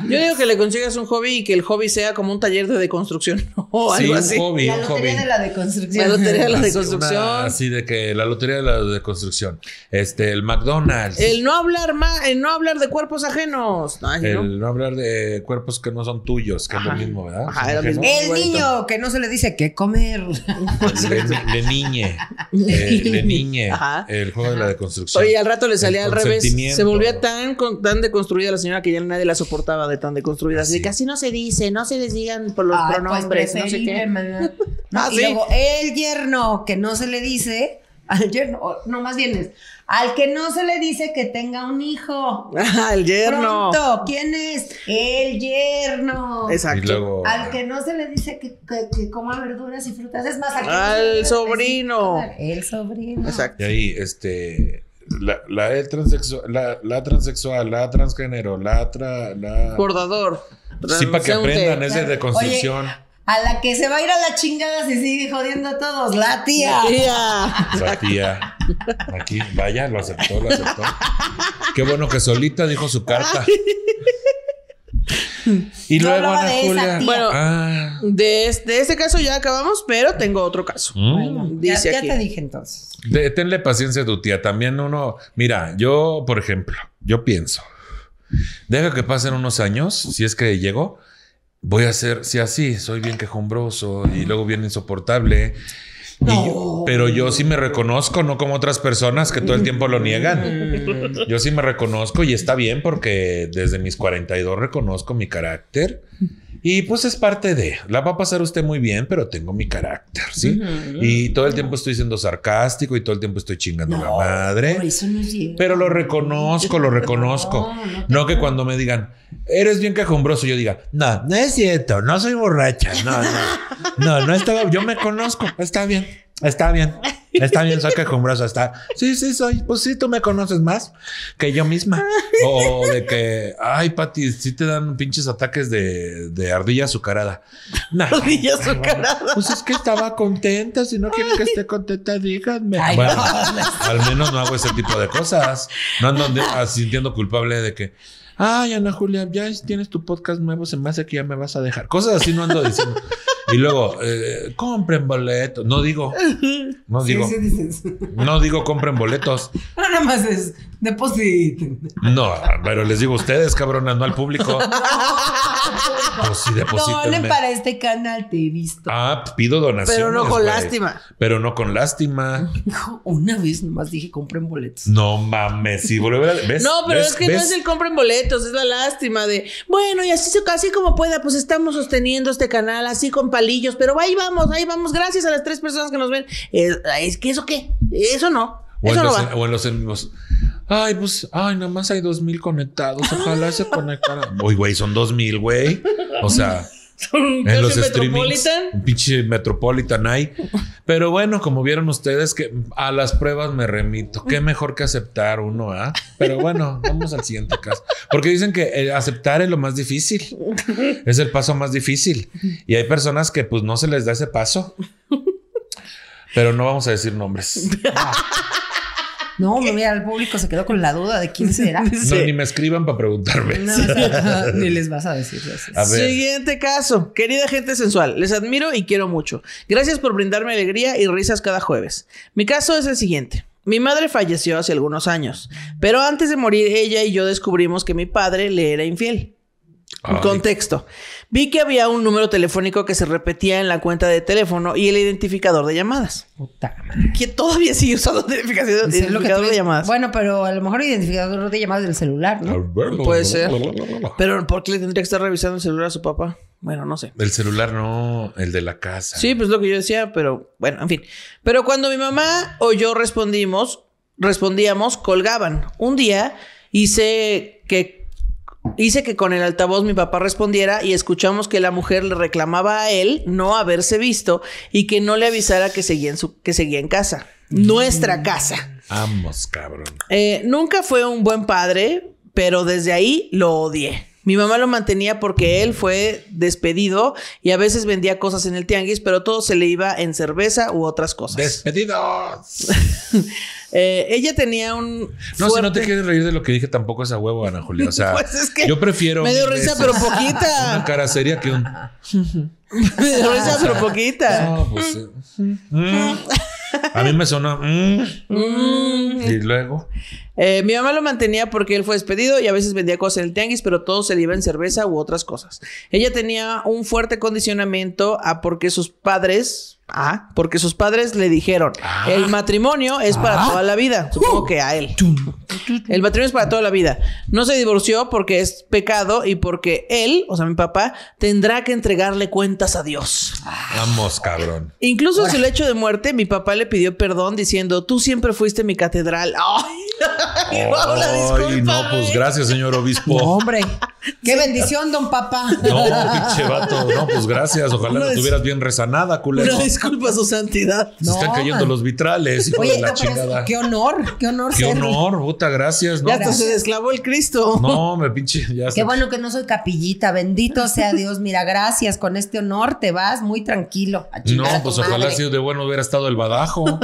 [SPEAKER 1] Yo digo que le consigas un hobby y que el hobby sea como un taller de deconstrucción o
[SPEAKER 2] Sí,
[SPEAKER 1] algo
[SPEAKER 2] Oh, un
[SPEAKER 1] así.
[SPEAKER 2] hobby,
[SPEAKER 3] la
[SPEAKER 2] un
[SPEAKER 3] lotería
[SPEAKER 2] hobby.
[SPEAKER 3] de la deconstrucción.
[SPEAKER 1] La lotería de la
[SPEAKER 2] Así,
[SPEAKER 1] deconstrucción.
[SPEAKER 2] una- así de que la lotería de la deconstrucción. Este, el McDonald's.
[SPEAKER 1] El no hablar más, el no hablar de cuerpos ajenos. Ay,
[SPEAKER 2] El
[SPEAKER 1] no.
[SPEAKER 2] no hablar de cuerpos que no son tuyos, que
[SPEAKER 1] Ajá.
[SPEAKER 2] es lo mismo, ¿verdad?
[SPEAKER 1] Ajá,
[SPEAKER 2] Son
[SPEAKER 1] era lo
[SPEAKER 2] ajenos.
[SPEAKER 1] mismo.
[SPEAKER 3] El
[SPEAKER 1] Igualito.
[SPEAKER 3] niño que no se le dice qué comer.
[SPEAKER 2] Le, le niñe. Eh, le niñe.
[SPEAKER 1] Ajá.
[SPEAKER 2] El juego de la deconstrucción.
[SPEAKER 1] Oye, al rato le salía
[SPEAKER 2] El
[SPEAKER 1] al revés. Se
[SPEAKER 2] consentimiento.
[SPEAKER 1] volvía tan, con- tan deconstruida la señora que ya nadie la soportaba de tan deconstruida. Así
[SPEAKER 2] Sí.
[SPEAKER 1] que así no se dice, no se les digan por los
[SPEAKER 3] Ay,
[SPEAKER 1] pronombres,
[SPEAKER 3] pues,
[SPEAKER 1] no sé
[SPEAKER 3] preferible,
[SPEAKER 1] qué.
[SPEAKER 3] maná. No,
[SPEAKER 1] Ah,
[SPEAKER 3] y
[SPEAKER 1] sí.
[SPEAKER 3] luego el yerno que no se le dice al yerno, o, no más bien es al que no se le dice que tenga un hijo.
[SPEAKER 1] Ah, el yerno.
[SPEAKER 3] Pronto, ¿quién es? El yerno.
[SPEAKER 1] Exacto.
[SPEAKER 2] Y luego.
[SPEAKER 3] Al que no se le dice que, que- que coma verduras y frutas, es más al, que no
[SPEAKER 1] Al
[SPEAKER 3] se le dice
[SPEAKER 1] sobrino.
[SPEAKER 3] que sí, El sobrino.
[SPEAKER 1] Exacto.
[SPEAKER 2] Y ahí, este. La, la, el transexual, la, la transexual, la transgénero, la. Tra, la
[SPEAKER 1] Bordador.
[SPEAKER 2] sí, para que
[SPEAKER 1] Transeúnte.
[SPEAKER 2] aprendan, es de
[SPEAKER 3] Claro.
[SPEAKER 2] deconstrucción.
[SPEAKER 3] A la que se va a ir a la chingada si sigue jodiendo a todos, la tía.
[SPEAKER 1] Tía.
[SPEAKER 2] La tía. Aquí, vaya, lo aceptó, lo aceptó. Qué bueno que solita dijo su carta. Y luego
[SPEAKER 3] No hablaba
[SPEAKER 2] Ana
[SPEAKER 3] de esa
[SPEAKER 2] Julia.
[SPEAKER 3] tía.
[SPEAKER 1] Bueno.
[SPEAKER 2] Ah.
[SPEAKER 1] De, es- de este caso ya acabamos, pero tengo otro caso.
[SPEAKER 2] Mm.
[SPEAKER 3] Ya,
[SPEAKER 1] Dice
[SPEAKER 3] ya
[SPEAKER 1] aquí.
[SPEAKER 3] te dije entonces.
[SPEAKER 2] De- tenle paciencia a tu tía. También uno, mira, yo, por ejemplo, yo pienso, deja que pasen unos años, si es que llego, voy a ser, si así, soy bien quejumbroso y luego bien insoportable. Y yo- pero yo sí me reconozco, no como otras personas que todo el tiempo lo niegan. Yo sí me reconozco y está bien porque desde mis 42 reconozco mi carácter. Y pues es parte de, la va a pasar usted muy bien, pero tengo mi carácter, ¿sí? Y todo el tiempo estoy siendo sarcástico y todo el tiempo estoy chingando la
[SPEAKER 3] Por
[SPEAKER 2] madre.
[SPEAKER 3] eso no es cierto.
[SPEAKER 2] Pero lo reconozco, lo reconozco.
[SPEAKER 3] No, no
[SPEAKER 2] No,
[SPEAKER 3] te-
[SPEAKER 2] que cuando me digan, eres bien quejumbroso, yo diga, no, no es cierto, no soy borracha, no, no, no, no estaba, yo me conozco, está bien, está bien, está bien, soy quejumbroso, está, sí, sí, soy, pues sí, tú me conoces más que yo misma. O de que, ay, Pati, sí te dan pinches ataques de, de ardilla azucarada. No,
[SPEAKER 1] Ardilla azucarada.
[SPEAKER 2] Pues es que estaba contenta. Si no quieren que esté contenta, díganme.
[SPEAKER 3] Ay,
[SPEAKER 2] Bueno,
[SPEAKER 3] no.
[SPEAKER 2] al menos no hago ese tipo de cosas. No ando de- ah, sintiendo culpable de que, ay, Ana Julia, ya tienes tu podcast nuevo. Se me hace que ya me vas a dejar. Cosas así no ando diciendo. Y luego, eh, compren boletos. No digo, no
[SPEAKER 3] Sí,
[SPEAKER 2] digo,
[SPEAKER 3] sí dices.
[SPEAKER 2] no digo compren boletos.
[SPEAKER 3] No, nada más es. Depositen.
[SPEAKER 2] No, pero les digo a ustedes, cabronas, no al público. Pues sí,
[SPEAKER 3] Donen
[SPEAKER 2] deposítenme.
[SPEAKER 3] para este canal, te he visto.
[SPEAKER 2] Ah, pido donaciones.
[SPEAKER 1] Pero no con
[SPEAKER 2] güey.
[SPEAKER 1] lástima.
[SPEAKER 2] Pero no con lástima.
[SPEAKER 3] Hijo, Una vez nomás dije compren boletos.
[SPEAKER 2] No mames, si volver a- ¿ves?
[SPEAKER 1] No, pero
[SPEAKER 2] ¿Ves?
[SPEAKER 1] es que no
[SPEAKER 2] ¿Ves?
[SPEAKER 1] es el compren boletos, es la lástima de, bueno, y así, se- así como pueda, pues estamos sosteniendo este canal así con palillos, pero ahí vamos, ahí vamos, gracias a las tres personas que nos ven. Eh, es que eso qué, eso no,
[SPEAKER 2] O en,
[SPEAKER 1] eso no
[SPEAKER 2] los,
[SPEAKER 1] va.
[SPEAKER 2] o en los envíos. Ay, pues, ay, nada más hay dos mil conectados. Ojalá se conectaran. Uy, güey, son dos mil, güey. O sea, en los streamings. Un pinche Metropolitan hay. Pero bueno, como vieron ustedes, que a las pruebas me remito. Qué mejor que aceptar uno, ¿ah? Pero bueno, vamos al siguiente caso. Porque dicen que eh, aceptar es lo más difícil. Es el paso más difícil. Y hay personas que pues no se les da ese paso. Pero no vamos a decir nombres.
[SPEAKER 3] No, mira, el público se quedó con la duda de quién será.
[SPEAKER 2] No, ni me escriban para preguntarme.
[SPEAKER 3] No, o sea, ni les vas a decir gracias.
[SPEAKER 2] A ver.
[SPEAKER 1] Siguiente caso. Querida gente sensual, les admiro y quiero mucho. Gracias por brindarme alegría y risas cada jueves. Mi caso es el siguiente. Mi madre falleció hace algunos años, pero antes de morir ella y yo descubrimos que mi padre le era infiel.
[SPEAKER 2] Ay.
[SPEAKER 1] Contexto. Vi que había un número telefónico que se repetía en la cuenta de teléfono y el identificador de llamadas.
[SPEAKER 3] Puta madre.
[SPEAKER 1] Que todavía sigue usando identificación-
[SPEAKER 3] Es lo que tú
[SPEAKER 1] identificador de
[SPEAKER 3] dices.
[SPEAKER 1] llamadas.
[SPEAKER 3] Bueno, pero a lo mejor identificador de llamadas del celular, ¿no?
[SPEAKER 1] Puede ser. Pero ¿por qué le tendría que estar revisando el celular a su papá? Bueno, no sé.
[SPEAKER 2] El celular no, el de la casa.
[SPEAKER 1] Sí, pues lo que yo decía, pero bueno, en fin. Pero cuando mi mamá o yo respondimos, respondíamos, colgaban. Un día hice que hice que con el altavoz mi papá respondiera y escuchamos que la mujer le reclamaba a él no haberse visto y que no le avisara que seguía en su que seguía en casa, nuestra casa.
[SPEAKER 2] Vamos, cabrón.
[SPEAKER 1] Eh, nunca fue un buen padre, pero desde ahí lo odié. Mi mamá lo mantenía porque él fue despedido y a veces vendía cosas en el tianguis, pero todo se le iba en cerveza u otras cosas.
[SPEAKER 2] Despedidos.
[SPEAKER 1] Eh, ella tenía un.
[SPEAKER 2] No, si no
[SPEAKER 1] fuerte-
[SPEAKER 2] te quieres reír de lo que dije, tampoco es a huevo, Ana Julia. O sea,
[SPEAKER 1] Pues es que
[SPEAKER 2] yo prefiero.
[SPEAKER 1] me dio
[SPEAKER 2] mil
[SPEAKER 1] risa,
[SPEAKER 2] veces
[SPEAKER 1] pero
[SPEAKER 2] Una
[SPEAKER 1] poquita.
[SPEAKER 2] cara seria que un.
[SPEAKER 1] Me dio risa, pero poquita.
[SPEAKER 2] No, pues. eh, mm. A mí me suena. mm.
[SPEAKER 1] Mm.
[SPEAKER 2] Y luego.
[SPEAKER 1] Eh, mi mamá lo mantenía porque él fue despedido y a veces vendía cosas en el tianguis, pero todo se le iba en cerveza u otras cosas. Ella tenía un fuerte condicionamiento a porque sus padres, ah, porque sus padres le dijeron, el matrimonio es para toda la vida, supongo que a él. El matrimonio es para toda la vida. No se divorció porque es pecado y porque él, o sea, mi papá, tendrá que entregarle cuentas a Dios.
[SPEAKER 2] Vamos, cabrón.
[SPEAKER 1] Incluso en su lecho de muerte, mi papá le pidió perdón diciendo, tú siempre fuiste mi catedral. ¡Ay! Wow, la
[SPEAKER 2] Ay,
[SPEAKER 1] disculpa,
[SPEAKER 2] no, pues
[SPEAKER 1] güey.
[SPEAKER 2] gracias, señor
[SPEAKER 3] No,
[SPEAKER 2] obispo.
[SPEAKER 3] hombre. Qué bendición, don papá.
[SPEAKER 2] Oh. No, pinche vato. No, pues gracias. Ojalá
[SPEAKER 1] Una
[SPEAKER 2] la
[SPEAKER 1] dis-
[SPEAKER 2] tuvieras bien rezanada, culero.
[SPEAKER 1] Una disculpa a su santidad.
[SPEAKER 2] Se están
[SPEAKER 3] No,
[SPEAKER 2] cayendo
[SPEAKER 3] man.
[SPEAKER 2] los vitrales, hijo
[SPEAKER 3] Oye,
[SPEAKER 2] de la
[SPEAKER 3] no, pero
[SPEAKER 2] chingada.
[SPEAKER 3] qué honor, qué honor
[SPEAKER 2] Qué
[SPEAKER 3] ser.
[SPEAKER 2] honor, puta, gracias. No,
[SPEAKER 1] Ya hasta se desclavó el Cristo.
[SPEAKER 2] no me pinche, ya
[SPEAKER 3] Qué
[SPEAKER 2] está.
[SPEAKER 3] bueno que no soy capillita, bendito sea Dios. Mira, gracias, con este honor te vas muy tranquilo. a
[SPEAKER 2] No,
[SPEAKER 3] chingar a tu
[SPEAKER 2] pues ojalá
[SPEAKER 3] madre.
[SPEAKER 2] si de bueno hubiera estado el badajo.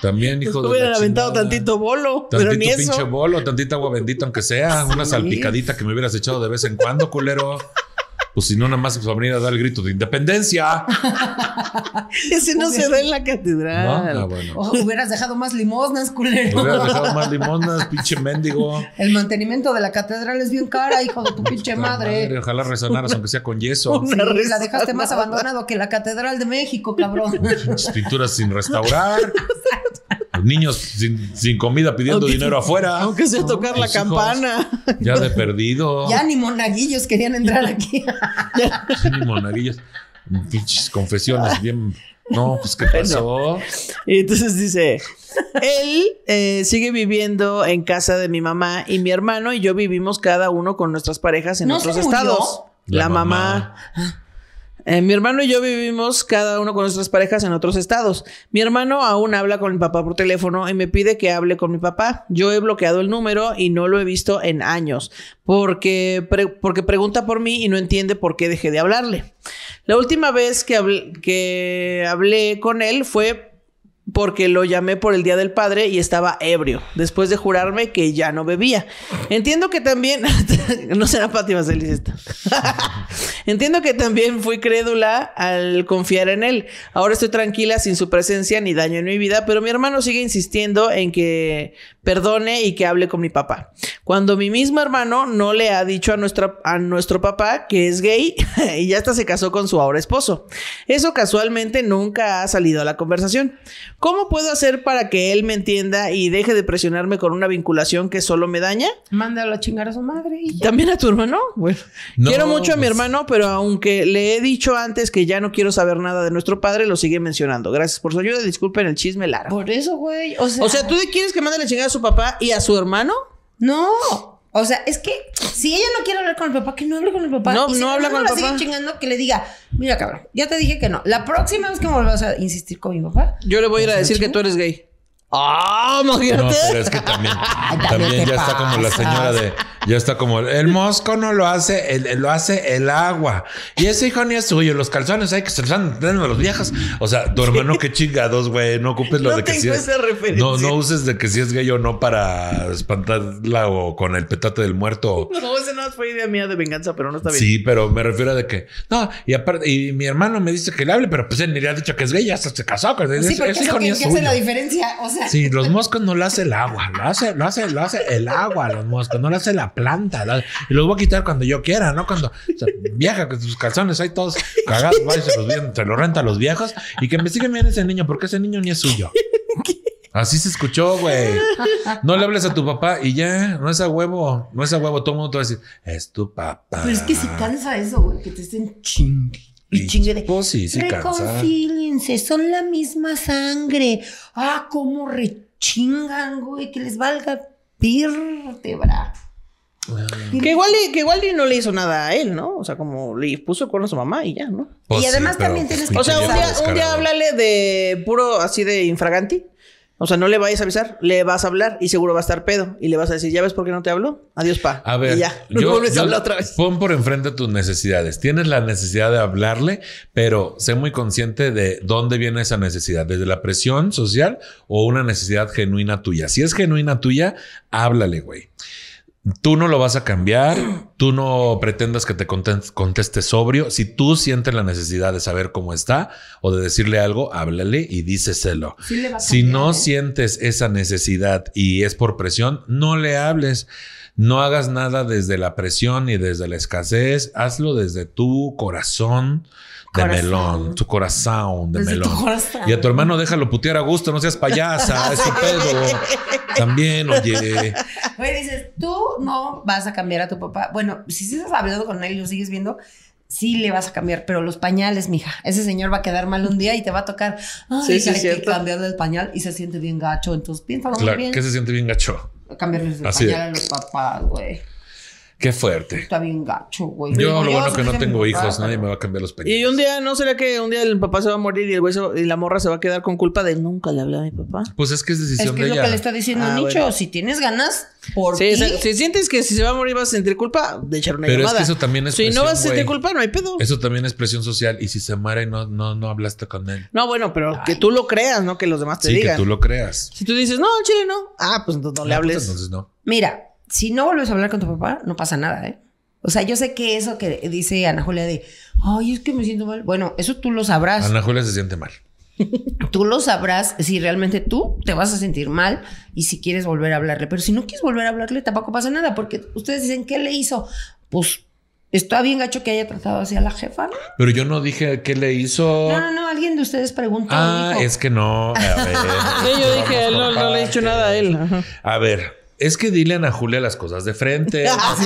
[SPEAKER 2] También,
[SPEAKER 1] Nos
[SPEAKER 3] Pues
[SPEAKER 2] hijo de. la
[SPEAKER 1] hubieran aventado
[SPEAKER 2] chingada.
[SPEAKER 1] tantito bolo, pero ni
[SPEAKER 2] Tantito pinche
[SPEAKER 1] eso.
[SPEAKER 2] bolo, tantita agua bendita, aunque sea, una
[SPEAKER 3] Sí.
[SPEAKER 2] salpicadita que me hubieras echado de vez en cuando, culero. Pues si no, nada más se venir a dar el grito de independencia.
[SPEAKER 1] Ese no se da en la
[SPEAKER 2] ¿No?
[SPEAKER 1] catedral.
[SPEAKER 2] Ah, bueno.
[SPEAKER 3] O Oh, hubieras dejado más limosnas,
[SPEAKER 2] Me
[SPEAKER 3] culero.
[SPEAKER 2] hubieras dejado más limonas, pinche mendigo.
[SPEAKER 3] El mantenimiento de la catedral es bien cara, hijo de tu pinche
[SPEAKER 2] Puta
[SPEAKER 3] madre.
[SPEAKER 2] Ojalá resonaras, aunque sea con yeso.
[SPEAKER 3] Sí,
[SPEAKER 1] Una
[SPEAKER 3] la
[SPEAKER 1] risa.
[SPEAKER 3] dejaste más abandonado que la catedral de México, cabrón.
[SPEAKER 2] Pinches pinturas sin restaurar. Los niños sin, sin comida pidiendo
[SPEAKER 1] Aunque-
[SPEAKER 2] dinero afuera.
[SPEAKER 1] Aunque sea tocar la
[SPEAKER 2] Mis hijos.
[SPEAKER 1] campana.
[SPEAKER 2] Ya de perdido.
[SPEAKER 3] Ya ni monaguillos querían entrar aquí.
[SPEAKER 2] Ni monaguillos. Pinches confesiones bien. No, pues qué pasó.
[SPEAKER 1] Y entonces dice, él eh, sigue viviendo en casa de mi mamá y mi hermano y yo vivimos cada uno con nuestras parejas en
[SPEAKER 3] ¿No
[SPEAKER 1] otros
[SPEAKER 3] se murió?
[SPEAKER 1] estados. La,
[SPEAKER 2] La
[SPEAKER 1] mamá. Eh, mi hermano y yo vivimos cada uno con nuestras parejas en otros estados. Mi hermano aún habla con mi papá por teléfono y me pide que hable con mi papá. Yo he bloqueado el número y no lo he visto en años porque, pre- porque pregunta por mí y no entiende por qué dejé de hablarle. La última vez que, habl- que hablé con él fue porque lo llamé por el Día del Padre y estaba ebrio, después de jurarme que ya no bebía. Entiendo que también... no será Fátima Celis esta. Entiendo que también fui crédula al confiar en él. Ahora estoy tranquila sin su presencia ni daño en mi vida, pero mi hermano sigue insistiendo en que perdone y que hable con mi papá. Cuando mi mismo hermano no le ha dicho a, nuestra, a nuestro papá que es gay y ya hasta se casó con su ahora esposo. Eso casualmente nunca ha salido a la conversación. ¿Cómo puedo hacer para que él me entienda y deje de presionarme con una vinculación que solo me daña?
[SPEAKER 3] Mándalo a chingar a su madre. y ya.
[SPEAKER 1] ¿También a tu hermano? Bueno,
[SPEAKER 2] No,
[SPEAKER 1] quiero mucho a mi
[SPEAKER 2] pues-
[SPEAKER 1] hermano, pero aunque le he dicho antes que ya no quiero saber nada de nuestro padre, lo sigue mencionando. Gracias por su ayuda. Disculpen el chisme largo.
[SPEAKER 3] Por eso, güey. O
[SPEAKER 2] Pues,
[SPEAKER 3] sea,
[SPEAKER 1] O sea, ¿tú le quieres que mande la chingada a su papá y a su hermano?
[SPEAKER 3] No. O sea, es que si ella no quiere hablar con el papá, que no hable con el papá.
[SPEAKER 1] No,
[SPEAKER 3] Y si
[SPEAKER 1] no habla con
[SPEAKER 3] hermano
[SPEAKER 1] el
[SPEAKER 3] la sigue
[SPEAKER 1] papá.
[SPEAKER 3] chingando, que le diga, mira, cabrón, ya te dije que no. La próxima vez que me vuelvas a insistir con mi papá,
[SPEAKER 1] Yo le voy a ir a decir que tú eres gay. ¡Ah, imagínate!
[SPEAKER 2] No, pero es que también,
[SPEAKER 3] también
[SPEAKER 2] también
[SPEAKER 3] te
[SPEAKER 2] ya está como la
[SPEAKER 3] pasas.
[SPEAKER 2] señora de, ya está como el, el mosco no lo hace, el, el- lo hace el agua. Y ese hijo ni es suyo, los calzones hay que se los están dando a los viejas. O sea, tu hermano, qué chingados, güey. No ocupes lo
[SPEAKER 1] No
[SPEAKER 2] de que
[SPEAKER 1] tengo
[SPEAKER 2] si es.
[SPEAKER 1] esa referencia.
[SPEAKER 2] No, no uses de que si es gay o no para espantarla o con el petate del muerto.
[SPEAKER 1] No, esa no fue idea mía de venganza, pero no está bien.
[SPEAKER 2] Sí, pero me refiero a de que no, y aparte, y mi hermano me dice que le hable, pero pues él ni le ha dicho que es gay, ya hasta se casó con
[SPEAKER 3] pues sí,
[SPEAKER 2] ese-
[SPEAKER 3] porque
[SPEAKER 2] ese
[SPEAKER 3] eso
[SPEAKER 2] hijo ni
[SPEAKER 3] que,
[SPEAKER 2] es
[SPEAKER 3] que hace
[SPEAKER 2] suyo.
[SPEAKER 3] la diferencia. O sea,
[SPEAKER 2] Sí, los moscos no lo hace el agua, lo hace, lo hace, lo hace el agua, los moscos, no lo hace la planta. lo hace- y los voy a quitar cuando yo quiera, ¿no? Cuando o sea, viaja con sus calzones ahí todos cagados, va y se los, vienen- se los renta a los viejos y que investiguen bien ese niño, porque ese niño ni es suyo. Así se escuchó, güey. No le hables a tu papá y ya, no es a huevo, no es a huevo. Todo el mundo te va a decir, es tu papá.
[SPEAKER 3] pero es que si cansa eso, güey, que te estén chingue. Y chingue de.
[SPEAKER 2] Pues sí, sí cansa.
[SPEAKER 3] Reconcíliense, son la misma sangre. Ah, cómo rechingan, güey, que les valga vértebra.
[SPEAKER 1] Que igual, y- que igual y no le hizo nada a él, ¿no? O sea, como le puso el cuerno a su mamá y ya, ¿no?
[SPEAKER 2] Pues
[SPEAKER 3] Y además
[SPEAKER 2] pero,
[SPEAKER 3] también tienes que
[SPEAKER 1] O sea, un
[SPEAKER 2] pinche
[SPEAKER 1] día,
[SPEAKER 2] viejo
[SPEAKER 1] un día
[SPEAKER 2] descarado.
[SPEAKER 1] háblale de puro así de infraganti. O sea, no le vayas a avisar, le vas a hablar y seguro va a estar pedo. Y le vas a decir, ¿ya ves por qué no te habló? Adiós, pa.
[SPEAKER 2] A ver,
[SPEAKER 1] Y ya, no vuelves a hablar otra vez.
[SPEAKER 2] Pon por enfrente tus necesidades. Tienes la necesidad de hablarle, pero sé muy consciente de dónde viene esa necesidad, desde la presión social o una necesidad genuina tuya. Si es genuina tuya, háblale, güey. Tú no lo vas a cambiar, tú no pretendas que te contes- conteste sobrio. Si tú sientes la necesidad de saber cómo está o de decirle algo, háblale y díceselo.
[SPEAKER 3] Sí le va a
[SPEAKER 2] Si
[SPEAKER 3] cambiar,
[SPEAKER 2] no
[SPEAKER 3] ¿eh?
[SPEAKER 2] sientes esa necesidad y es por presión, no le hables. No hagas nada desde la presión y desde la escasez. Hazlo desde tu corazón de
[SPEAKER 3] Corazón.
[SPEAKER 2] melón, tu corazón de
[SPEAKER 3] Desde tu
[SPEAKER 2] melón.
[SPEAKER 3] corazón.
[SPEAKER 2] Y a tu hermano déjalo putear a gusto, no seas payasa, es tu pedo. También, oye.
[SPEAKER 3] Güey, dices, tú no vas a cambiar a tu papá. Bueno, si sí estás hablando con él y lo sigues viendo, sí le vas a cambiar, pero los pañales, mija. Ese señor va a quedar mal un día y te va a tocar. Ay,
[SPEAKER 1] Sí, sí,
[SPEAKER 3] hay
[SPEAKER 1] es
[SPEAKER 3] que
[SPEAKER 1] cierto.
[SPEAKER 3] cambiarle el pañal y se siente bien gacho. Entonces, piénsalo muy
[SPEAKER 2] Claro,
[SPEAKER 3] bien.
[SPEAKER 2] que se siente bien gacho.
[SPEAKER 3] Cambiarles el
[SPEAKER 2] Así de-
[SPEAKER 3] pañal a los papás, güey.
[SPEAKER 2] Qué fuerte.
[SPEAKER 3] Está bien gacho, güey.
[SPEAKER 2] Yo lo
[SPEAKER 3] Digo,
[SPEAKER 2] bueno
[SPEAKER 3] soy
[SPEAKER 2] que no
[SPEAKER 3] de mi
[SPEAKER 2] tengo
[SPEAKER 3] papá,
[SPEAKER 2] hijos,
[SPEAKER 3] pero-
[SPEAKER 2] nadie me va a cambiar los peñales.
[SPEAKER 1] Y un día, ¿no será que un día el papá se va a morir y el güey se va- y la morra se va a quedar con culpa de nunca le hablé a mi papá?
[SPEAKER 2] Pues es que es
[SPEAKER 3] Es
[SPEAKER 2] decisión
[SPEAKER 3] que
[SPEAKER 2] de
[SPEAKER 3] es lo
[SPEAKER 2] ella.
[SPEAKER 3] que le está diciendo
[SPEAKER 1] Ah,
[SPEAKER 3] Nicho.
[SPEAKER 1] bueno.
[SPEAKER 3] Si tienes ganas, por
[SPEAKER 1] Sí, o
[SPEAKER 3] ti.
[SPEAKER 1] sea, si sientes que si se va a morir vas a sentir culpa, de echar una
[SPEAKER 2] Pero es
[SPEAKER 1] llamada.
[SPEAKER 2] que eso también es
[SPEAKER 1] Si
[SPEAKER 2] presión,
[SPEAKER 1] no vas a sentir
[SPEAKER 2] güey.
[SPEAKER 1] culpa, no hay pedo.
[SPEAKER 2] Eso también es presión social. Y si se muere y no, no, no hablaste con él.
[SPEAKER 1] No, bueno, pero que tú lo creas, no que los demás te
[SPEAKER 2] Sí,
[SPEAKER 1] digan.
[SPEAKER 2] que tú lo creas.
[SPEAKER 1] Si tú dices, no, al chile no. Ah, pues entonces no le
[SPEAKER 2] Ah,
[SPEAKER 1] hables.
[SPEAKER 2] pues entonces no.
[SPEAKER 3] Mira, si no vuelves a hablar con tu papá, no pasa nada, ¿eh? O sea, yo sé que eso que dice Ana Julia de, ay, es que me siento mal. Bueno, eso tú lo sabrás.
[SPEAKER 2] Ana Julia se siente mal.
[SPEAKER 3] Tú lo sabrás si realmente tú te vas a sentir mal y si quieres volver a hablarle. Pero si no quieres volver a hablarle, tampoco pasa nada, porque ustedes dicen, ¿qué le hizo? Pues está bien gacho que haya tratado así a la jefa. ¿no?
[SPEAKER 2] Pero yo no dije qué le hizo.
[SPEAKER 3] No, no, no, alguien de ustedes preguntó.
[SPEAKER 2] Oh. ah,
[SPEAKER 3] dijo,
[SPEAKER 2] es que no. A ver,
[SPEAKER 1] Sí, yo dije, él no, no le he dicho nada a él. Ajá.
[SPEAKER 2] A ver, es que dile a Ana Julia las cosas de frente. Sí.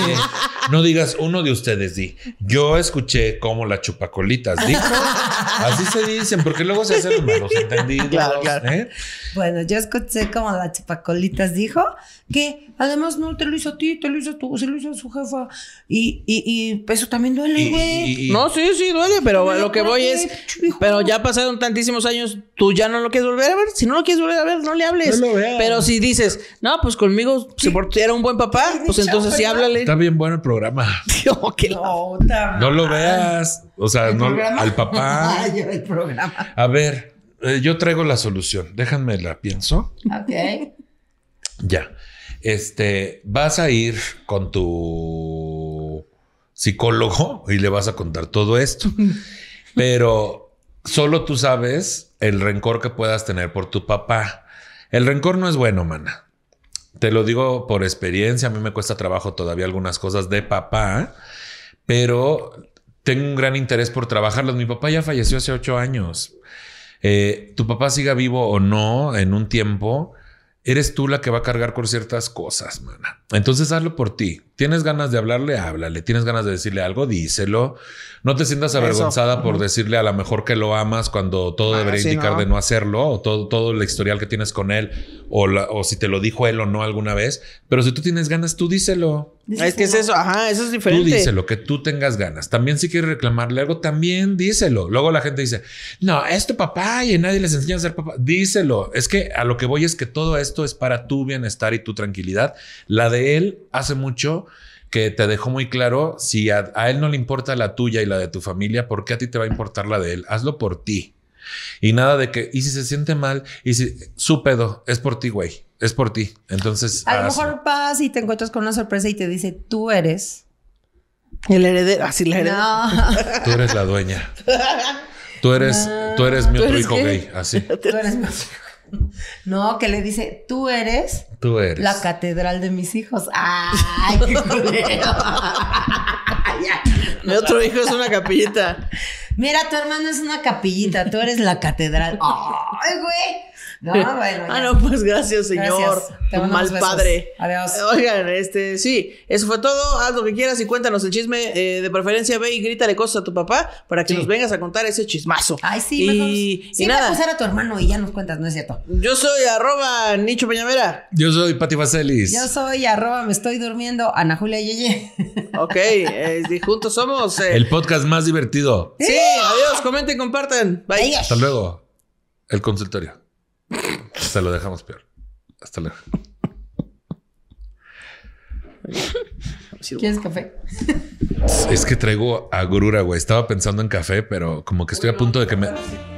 [SPEAKER 2] No digas uno de ustedes, di. Yo escuché como la chupacolitas dijo. Así se dicen, porque luego se hacen los malos entendidos.
[SPEAKER 1] Claro, claro.
[SPEAKER 2] ¿eh?
[SPEAKER 3] Bueno, yo escuché como la chapacolitas dijo que además no te lo hizo a ti, te lo hizo a tu, se lo hizo a su jefa. Y, y, y eso también duele,
[SPEAKER 2] Y-
[SPEAKER 3] güey.
[SPEAKER 2] y- y-
[SPEAKER 1] No, sí, sí, duele, pero
[SPEAKER 3] Pero
[SPEAKER 1] lo que
[SPEAKER 3] ¿por
[SPEAKER 1] voy
[SPEAKER 3] qué,
[SPEAKER 1] es.
[SPEAKER 3] chico?
[SPEAKER 1] Pero ya pasaron tantísimos años, tú ya no lo quieres volver a ver. Si no lo quieres volver a ver, no le hables.
[SPEAKER 2] No lo veas.
[SPEAKER 1] pero si dices, no, pues conmigo se portó- era un buen papá, pues entonces sí háblale.
[SPEAKER 2] Está bien bueno el programa.
[SPEAKER 1] Tío, que la-
[SPEAKER 3] No,
[SPEAKER 2] No lo veas. O sea, no al papá.
[SPEAKER 3] Ay, Ah, el programa.
[SPEAKER 2] A ver, eh, yo traigo la solución. Déjame la pienso.
[SPEAKER 3] Ok.
[SPEAKER 2] Ya. Este, vas a ir con tu psicólogo y le vas a contar todo esto. Pero solo tú sabes el rencor que puedas tener por tu papá. El rencor no es bueno, mana. Te lo digo por experiencia, a mí me cuesta trabajo todavía algunas cosas de papá, pero tengo un gran interés por trabajarlas. Mi papá ya falleció hace ocho años. Eh, tu papá siga vivo o no en un tiempo, eres tú la que va a cargar con ciertas cosas, mana. Entonces hazlo por ti. Tienes ganas de hablarle, háblale. Tienes ganas de decirle algo, díselo. No te sientas avergonzada por decirle a lo mejor que lo amas cuando todo
[SPEAKER 1] Ah,
[SPEAKER 2] debería
[SPEAKER 1] sí,
[SPEAKER 2] indicar
[SPEAKER 1] ¿no?
[SPEAKER 2] de no hacerlo o todo, todo el historial que tienes con él o, la- o si te lo dijo él o no alguna vez. Pero si tú tienes ganas, tú díselo.
[SPEAKER 1] Es que es eso, ajá, eso es
[SPEAKER 2] Tú
[SPEAKER 1] diferente.
[SPEAKER 2] díselo, que tú tengas ganas. También si quieres reclamarle algo, también díselo. Luego la gente dice, no, es tu papá y nadie les enseña a ser papá. Díselo. Es que a lo que voy es que todo esto es para tu bienestar y tu tranquilidad. La de él hace mucho que te dejó muy claro, si a, a él no le importa la tuya y la de tu familia, ¿por qué a ti te va a importar la de él? Hazlo por ti. Y nada de que, y si se siente mal, y si su pedo es por ti, güey, es por ti. Entonces,
[SPEAKER 3] A lo
[SPEAKER 2] hazlo.
[SPEAKER 3] mejor vas y te encuentras con una sorpresa y te dice, tú eres.
[SPEAKER 1] El heredero, así la heredera.
[SPEAKER 3] No.
[SPEAKER 2] Tú eres la dueña. Tú eres, tú eres mi
[SPEAKER 1] ¿Tú
[SPEAKER 2] otro
[SPEAKER 1] eres
[SPEAKER 2] hijo
[SPEAKER 1] qué?
[SPEAKER 2] gay. Así.
[SPEAKER 3] tú eres mi- No, que le dice, tú eres
[SPEAKER 2] Tú eres.
[SPEAKER 3] la catedral de mis hijos. Ay, qué culero.
[SPEAKER 1] Mi otro hijo es una capillita.
[SPEAKER 3] Mira, tu hermano es una capillita, tú eres la catedral. Ay, güey. No, bueno.
[SPEAKER 1] ah,
[SPEAKER 3] ya.
[SPEAKER 1] no, pues gracias, señor.
[SPEAKER 3] Gracias. Te
[SPEAKER 1] Mal
[SPEAKER 3] mandamos besos.
[SPEAKER 1] padre.
[SPEAKER 3] Adiós.
[SPEAKER 1] Oigan, este, sí, eso fue todo. Haz lo que quieras y cuéntanos el chisme. Eh, de preferencia, ve y grítale cosas a tu papá para que nos vengas a contar ese chismazo.
[SPEAKER 3] Ay, sí,
[SPEAKER 1] y,
[SPEAKER 3] mejor.
[SPEAKER 1] y
[SPEAKER 3] Sí,
[SPEAKER 1] nada.
[SPEAKER 3] mejor ser a tu hermano y ya nos cuentas, ¿no es cierto?
[SPEAKER 1] Yo soy arroba Nicho Peñavera.
[SPEAKER 2] Yo soy Pati Vaselis.
[SPEAKER 3] Yo soy arroba, me estoy durmiendo, Ana Julia Yeye.
[SPEAKER 1] Ok, eh, y juntos somos. eh,
[SPEAKER 2] El podcast más divertido.
[SPEAKER 1] Sí, adiós, comenten, compartan. Bye.
[SPEAKER 3] Adiós.
[SPEAKER 2] Hasta luego. El consultorio. Se lo dejamos peor. Hasta luego.
[SPEAKER 3] ¿Quieres café?
[SPEAKER 2] Es que traigo agrura, güey. Estaba pensando en café, pero como que estoy a punto de que me.